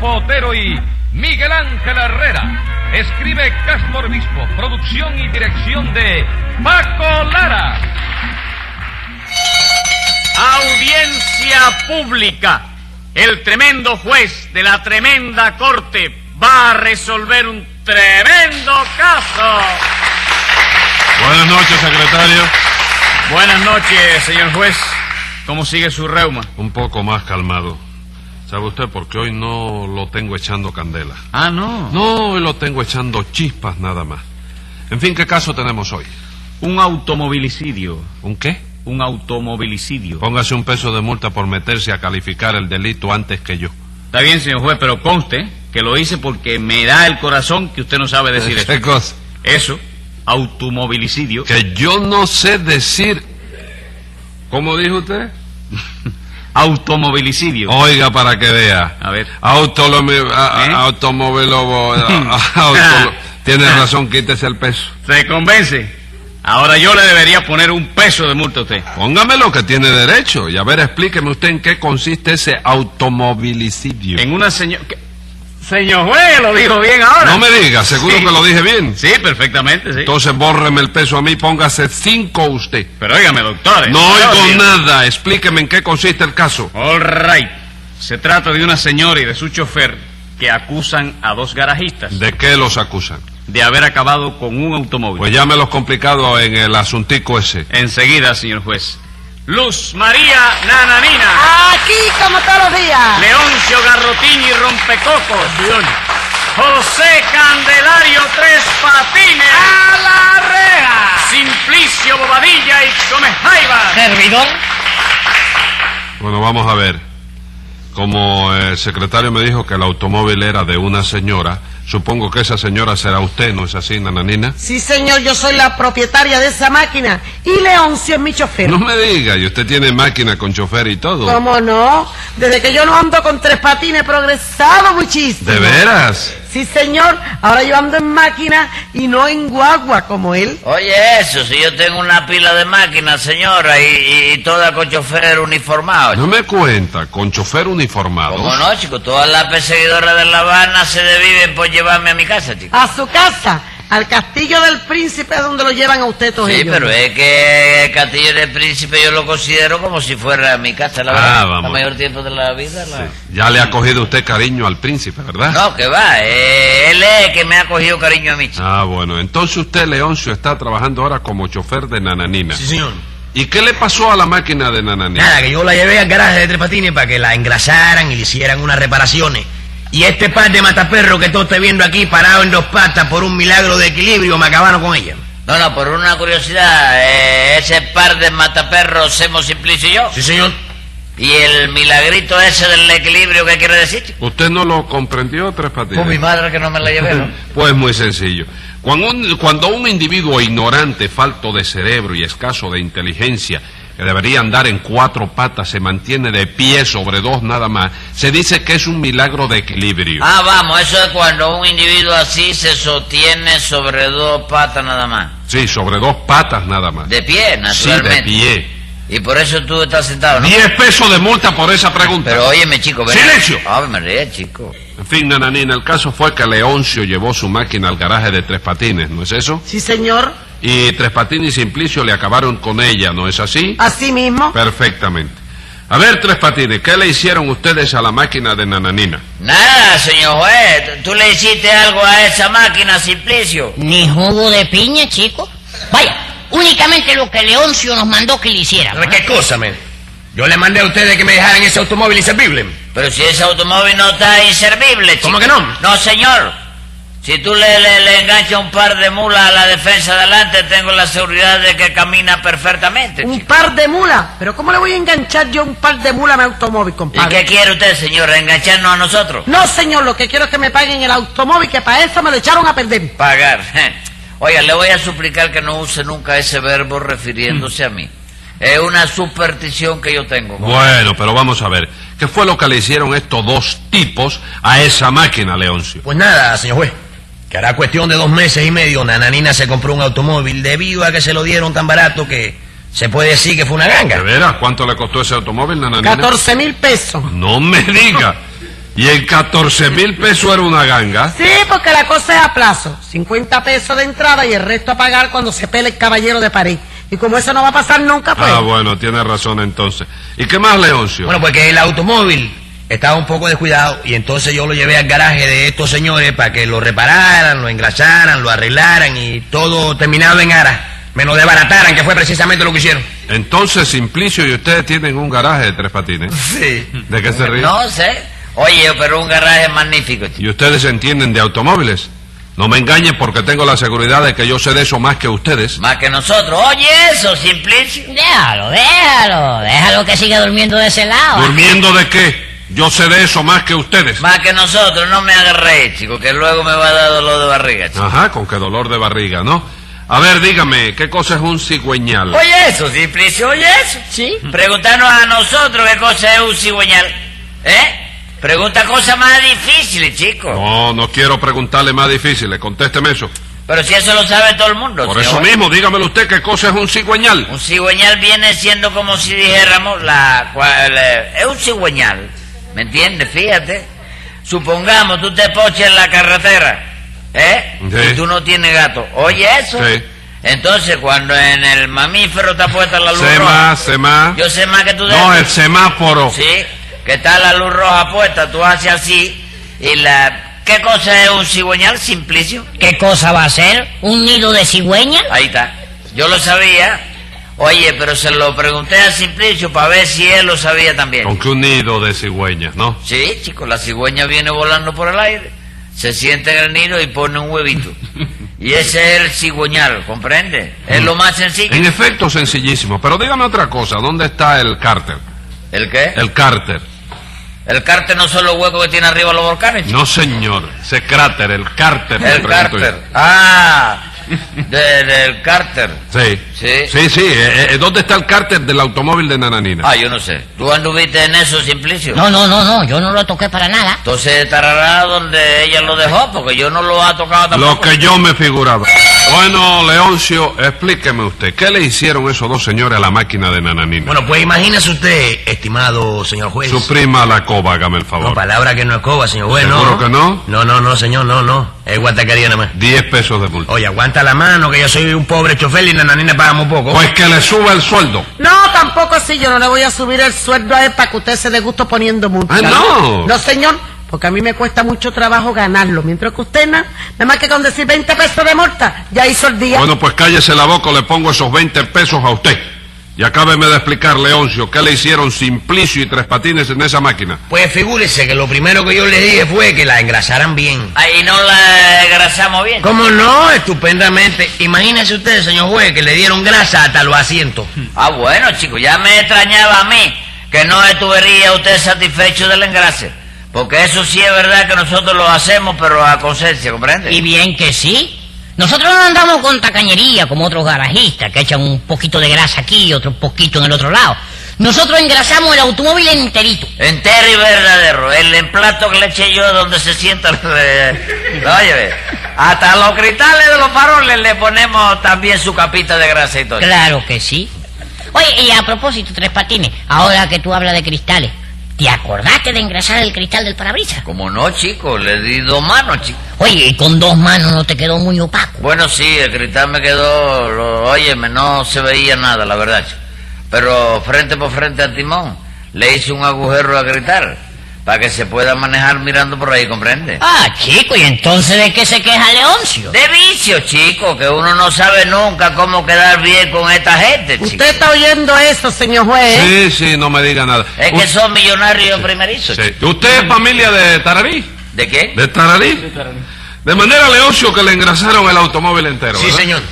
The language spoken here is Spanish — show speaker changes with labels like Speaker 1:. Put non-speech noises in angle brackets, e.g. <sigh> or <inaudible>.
Speaker 1: Montero y Miguel Ángel Herrera. Escribe Castro Obispo, producción y dirección de Paco Lara.
Speaker 2: Audiencia pública. El tremendo juez de la tremenda corte va a resolver un tremendo caso.
Speaker 3: Buenas noches, secretario.
Speaker 2: Buenas noches, señor juez. ¿Cómo sigue su reuma?
Speaker 3: Un poco más calmado. ¿Sabe usted por qué hoy no lo tengo echando candela?
Speaker 2: Ah, no.
Speaker 3: No, hoy lo tengo echando chispas nada más. En fin, ¿qué caso tenemos hoy?
Speaker 2: Un automovilicidio.
Speaker 3: ¿Un qué?
Speaker 2: Un automovilicidio.
Speaker 3: Póngase un peso de multa por meterse a calificar el delito antes que yo.
Speaker 2: Está bien, señor juez, pero conste que lo hice porque me da el corazón que usted no sabe decir eso.
Speaker 3: ¿Qué cosa?
Speaker 2: Eso, automovilicidio.
Speaker 3: Que yo no sé decir. ¿Cómo dijo usted?
Speaker 2: Automovilicidio.
Speaker 3: Oiga, para que vea.
Speaker 2: A ver.
Speaker 3: Autolomi- a-
Speaker 2: ¿Eh?
Speaker 3: a-
Speaker 2: <laughs>
Speaker 3: Automovilobo. a- a- autolo- Tiene razón, quítese el peso.
Speaker 2: ¿Se convence? Ahora yo le debería poner un peso de multa a usted.
Speaker 3: Póngame lo que tiene derecho. Y a ver, explíqueme usted en qué consiste ese automovilicidio.
Speaker 2: En una señor... ¿Qué? Señor juez, lo dijo bien ahora.
Speaker 3: No me diga, seguro
Speaker 2: Sí.
Speaker 3: que lo dije bien.
Speaker 2: Sí, perfectamente, sí.
Speaker 3: Entonces bórreme el peso a mí, póngase cinco usted.
Speaker 2: Pero óigame, doctor. eh.
Speaker 3: No
Speaker 2: doctor,
Speaker 3: oigo
Speaker 2: bien.
Speaker 3: nada, explíqueme en qué consiste el caso.
Speaker 2: All right. Se trata de una señora y de su chofer que acusan a dos garajistas de,
Speaker 3: ¿De qué los acusan?
Speaker 2: haber acabado con un automóvil.
Speaker 3: Pues llámelos complicado en el asuntico ese.
Speaker 2: Enseguida, señor juez. Luz María Nananina,
Speaker 4: Aquí como todos los días.
Speaker 2: Leoncio Garrotini Rompecocos, José Candelario Tres Patines, a la reja, Simplicio Bobadilla y Gómez Jaivas.
Speaker 5: Servidor.
Speaker 3: Bueno, vamos a ver. Como eh, el secretario me dijo que el automóvil era de una señora, supongo que esa señora será usted, ¿no es así, nananina?
Speaker 4: Sí, señor, yo soy la propietaria de esa máquina y Leoncio es mi chofer.
Speaker 3: No me diga, y usted tiene máquina con chofer y todo.
Speaker 4: ¿Cómo no? Desde que yo no ando con tres patines he progresado muchísimo.
Speaker 3: ¿De veras?
Speaker 4: Sí, señor. Ahora yo ando en máquina y no en guagua como él.
Speaker 5: Oye, eso, si yo tengo una pila de máquinas, señora, y, y- y toda con chofer uniformado.
Speaker 3: No me cuenta, con chofer uniformado.
Speaker 5: ¿Cómo no, chico? Todas las perseguidoras de La Habana se desviven por llevarme a mi casa, chico.
Speaker 4: A su casa, al castillo del príncipe, donde lo llevan a usted todos
Speaker 5: Sí,
Speaker 4: ellos.
Speaker 5: pero es que el Castillo del Príncipe yo lo considero como si fuera mi casa, la
Speaker 3: Ah,
Speaker 5: verdad.
Speaker 3: vamos.
Speaker 5: La mayor tiempo de la vida. la-
Speaker 3: Ya le ha cogido usted cariño al príncipe, ¿verdad?
Speaker 5: No, que va. eh, él es el que me ha cogido cariño a mí. chico.
Speaker 3: Ah, bueno, entonces usted, Leoncio, está trabajando ahora como chofer de Nananina.
Speaker 6: Sí, señor.
Speaker 3: ¿Y qué le pasó a la máquina de Nananina?
Speaker 6: Nada, que yo la llevé al garaje de Tres Patines para que la engrasaran y le hicieran unas reparaciones. Y este par de mataperros que todo está viendo aquí parado en dos patas por un milagro de equilibrio me acabaron con ella.
Speaker 5: No, no, por una curiosidad, eh, ese par de mataperros somos Simplicio y yo.
Speaker 6: Sí, señor.
Speaker 5: Y el milagrito ese del equilibrio, ¿qué quiere decir? chico?
Speaker 3: ¿Usted no lo comprendió, Tres Patines?
Speaker 5: Con mi madre que no me la llevé, ¿no?
Speaker 3: <laughs> Pues muy sencillo. Cuando un, cuando un individuo ignorante, falto de cerebro y escaso de inteligencia, que debería andar en cuatro patas, se mantiene de pie sobre dos nada más, se dice que es un milagro de equilibrio.
Speaker 5: <laughs> Ah, vamos, eso es cuando un individuo así se sostiene sobre dos patas nada más.
Speaker 3: Sí, sobre dos patas nada más.
Speaker 5: De pie,
Speaker 3: sí, de
Speaker 5: naturalmente.
Speaker 3: pie.
Speaker 5: Y por eso tú estás sentado, ¿no?
Speaker 3: Diez pesos de multa por esa pregunta.
Speaker 5: Pero óyeme, chico, ven.
Speaker 3: ¡Silencio!
Speaker 5: Ave María, chico.
Speaker 3: En fin, nananina, el caso fue que Leoncio llevó su máquina al garaje de Tres Patines, ¿no es eso?
Speaker 4: Sí, señor.
Speaker 3: Y Tres Patines y Simplicio le acabaron con ella, ¿no es así?
Speaker 5: Ah,
Speaker 4: Así mismo.
Speaker 3: Perfectamente. A ver, Tres Patines, ¿qué le hicieron ustedes a la máquina de nananina?
Speaker 5: Nada, señor juez. ¿Tú le hiciste algo a esa máquina, Simplicio?
Speaker 7: Ni jugo de piña, chico. Vaya, únicamente lo que Leoncio nos mandó que le hiciéramos.
Speaker 6: ¿Sabe Pues, qué cosa, men? Yo le mandé a ustedes que me dejaran ese automóvil inservible.
Speaker 5: Pero si ese automóvil no está inservible, chico.
Speaker 6: ¿Cómo que no?
Speaker 5: No, señor. Si tú le, le, le enganchas un par de mulas a la defensa de adelante, tengo la seguridad de que camina perfectamente,
Speaker 4: Un
Speaker 5: chico.
Speaker 4: par de mulas. Pero ¿cómo le voy a enganchar yo un par de mulas a mi automóvil,
Speaker 5: ¿Y
Speaker 4: compadre?
Speaker 5: qué quiere usted, señor? ¿Engancharnos a nosotros?
Speaker 4: No, señor, lo que quiero es que me paguen el automóvil, que para eso me lo echaron a perder.
Speaker 5: Pagar. <laughs> Oiga, le voy a suplicar que no use nunca ese verbo refiriéndose a mí. Es una superstición que yo tengo.
Speaker 3: Bueno, pero vamos a ver. ¿Qué fue lo que le hicieron estos dos tipos a esa máquina, Leoncio?
Speaker 6: Pues nada, señor juez. Que hará cuestión de dos meses y medio, Nananina se compró un automóvil debido a que se lo dieron tan barato que se puede decir que fue una
Speaker 3: ¿De
Speaker 6: ganga.
Speaker 3: veras? ¿Cuánto le costó ese automóvil, nananina?
Speaker 4: 14 mil pesos.
Speaker 3: No me diga. Y en 14 mil pesos era una ganga.
Speaker 4: Sí, porque la cosa es a plazo. 50 pesos de entrada y el resto a pagar cuando se pele el caballero de París. Y como eso no va a pasar nunca, pues.
Speaker 3: Ah, bueno, tiene razón entonces. ¿Y qué más, Leoncio?
Speaker 6: Bueno, pues que el automóvil estaba un poco descuidado y entonces yo lo llevé al garaje de estos señores para que lo repararan, lo engrasaran, lo arreglaran y todo terminado en ara. Me lo desbarataran, que fue precisamente lo que hicieron.
Speaker 3: Entonces, Simplicio y ustedes tienen un garaje de tres patines.
Speaker 5: Sí.
Speaker 3: ¿De qué se ríen?
Speaker 5: No sé. Oye, pero un garaje magnífico, chico.
Speaker 3: ¿Y ustedes entienden de automóviles? No me engañen porque tengo la seguridad de que yo sé de eso más que ustedes.
Speaker 5: Más que nosotros. Oye, eso, Simplicio.
Speaker 7: Déjalo, déjalo, déjalo que siga durmiendo de ese lado. ah.
Speaker 3: ¿Durmiendo de qué? Yo sé de eso más que ustedes.
Speaker 5: Más que nosotros. No me agarré, chico, que luego me va a dar dolor de barriga, chico.
Speaker 3: Ajá, con qué dolor de barriga, ¿no? A ver, dígame, ¿qué cosa es un cigüeñal?
Speaker 5: Oye, eso, Simplicio. Oye, eso.
Speaker 7: Sí.
Speaker 5: Preguntarnos a nosotros qué cosa es un cigüeñal. ¿Eh? Pregunta cosas más difíciles, chico.
Speaker 3: No, no quiero preguntarle más difíciles, contésteme eso.
Speaker 5: Pero si eso lo sabe todo el mundo.
Speaker 3: Por
Speaker 5: señor.
Speaker 3: eso mismo, dígamelo usted, ¿qué cosa es un cigüeñal?
Speaker 5: Un cigüeñal viene siendo como si dijéramos la cual, eh, es un cigüeñal, ¿me entiendes? Fíjate. Supongamos tú te poches en la carretera, ¿eh?
Speaker 3: Sí.
Speaker 5: Y tú no tienes gato. Oye eso.
Speaker 3: Sí.
Speaker 5: Entonces cuando en el mamífero está puesta la luz roja,
Speaker 3: Sema, sema.
Speaker 5: yo sé más que tú de
Speaker 3: No, el semáforo.
Speaker 5: sí, que está la luz roja puesta, tú haces así y la ¿qué cosa es un cigüeñal simplicio?
Speaker 7: ¿Qué cosa va a ser? ¿Un nido de cigüeña?
Speaker 5: Ahí está. Yo lo sabía. Oye, pero se lo pregunté a Simplicio para ver si él lo sabía
Speaker 3: Con
Speaker 5: también.
Speaker 3: que un nido de cigüeñas, ¿no?
Speaker 5: Sí, chico, la cigüeña viene volando por el aire, se sienta en el nido y pone un huevito. Y ese es el cigüeñal, ¿comprende? Es lo más sencillo.
Speaker 3: En efecto, sencillísimo. Pero dígame otra cosa, ¿dónde está el cárter?
Speaker 5: ¿El qué?
Speaker 3: El cárter.
Speaker 5: El cárter no son los huecos que tiene arriba los volcanes, chico.
Speaker 3: No, señor. Ese cráter, el cárter. me
Speaker 5: el
Speaker 3: pregunto yo.
Speaker 5: cárter. Ah, de- del cárter.
Speaker 3: Sí.
Speaker 5: Sí.
Speaker 3: Sí, sí. eh, eh, ¿Dónde está el cárter del automóvil de Nananina?
Speaker 5: Ah, yo no sé. ¿Tú anduviste en eso, Simplicio?
Speaker 7: No, no, no, no, yo no lo toqué para nada.
Speaker 5: Entonces estará donde ella lo dejó, porque yo no lo ha tocado
Speaker 3: Lo
Speaker 5: tampoco.
Speaker 3: que yo me figuraba. Bueno, Leoncio, explíqueme usted, ¿qué le hicieron esos dos señores a la máquina de Nananina?
Speaker 6: Bueno, pues imagínese usted, estimado señor juez.
Speaker 3: Suprima la coba, hágame el
Speaker 6: No,
Speaker 3: favor.
Speaker 6: palabra que no es coba, señor juez, no.
Speaker 3: ¿Seguro que no?
Speaker 6: No, no, no, señor, no, no. Es guatacaría nada más.
Speaker 3: Diez pesos de multa.
Speaker 6: Oye, aguanta la mano, que yo soy un pobre chofer y la nanina paga muy poco.
Speaker 3: Pues que le suba el sueldo.
Speaker 4: No, tampoco así. Yo no le voy a subir el sueldo a él para que usted se dé gusto poniendo multa.
Speaker 3: Ah, no.
Speaker 4: No, señor. Porque a mí me cuesta mucho trabajo ganarlo. Mientras que usted, na- nada más que con decir 20 pesos de multa, ya hizo el día.
Speaker 3: Bueno, pues cállese la boca, le pongo esos 20 pesos a usted. Y acábeme de explicar, Leoncio, ¿qué le hicieron Simplicio y Tres Patines en esa máquina?
Speaker 6: Pues figúrese que lo primero que yo les dije fue que la engrasaran bien.
Speaker 5: Ahí no la engrasamos bien.
Speaker 6: ¿Cómo no? Estupendamente. Imagínese usted, señor juez, que le dieron grasa hasta los asientos.
Speaker 5: Ah, bueno, chicos, ya me extrañaba a mí que no estuviera usted satisfecho del engrase. Porque eso sí es verdad que nosotros lo hacemos, pero a conciencia, ¿comprende?
Speaker 7: Y bien que sí. Nosotros no andamos con tacañería como otros garajistas que echan un poquito de grasa aquí y otro poquito en el otro lado. Nosotros engrasamos el automóvil enterito.
Speaker 5: Entero y verdadero. El emplato que le eché yo donde se sienta. eh, Oye, ve, hasta los cristales de los faroles le ponemos también su capita de grasa y todo.
Speaker 7: Claro que sí. Oye, y a propósito, Tres Patines, ahora que tú hablas de cristales, ¿te acordaste de engrasar el cristal del parabrisas?
Speaker 5: Como no, chico, le di dos manos, chico.
Speaker 7: Oye, y con dos manos no te quedó muy opaco.
Speaker 5: Bueno, sí, el cristal me quedó, lo- óyeme, no se veía nada, la verdad. chico. Pero frente por frente al timón, le hice un agujero a gritar, para que se pueda manejar mirando por ahí, ¿comprende?
Speaker 7: Ah, chico, ¿y entonces de qué se queja Leoncio?
Speaker 5: De vicio, chico, que uno no sabe nunca cómo quedar bien con esta gente, chico.
Speaker 4: usted está oyendo eso, señor juez.
Speaker 3: Sí,
Speaker 4: ¿eh?
Speaker 3: sí, no me diga nada.
Speaker 5: Es que son millonarios primerizos. chico.
Speaker 3: Sí. ¿Usted es familia de Tararí?
Speaker 5: ¿De qué?
Speaker 3: ¿De Tararí? De manera, Leoncio, que le engrasaron el automóvil entero.
Speaker 6: Sí,
Speaker 3: ¿verdad?
Speaker 6: señor.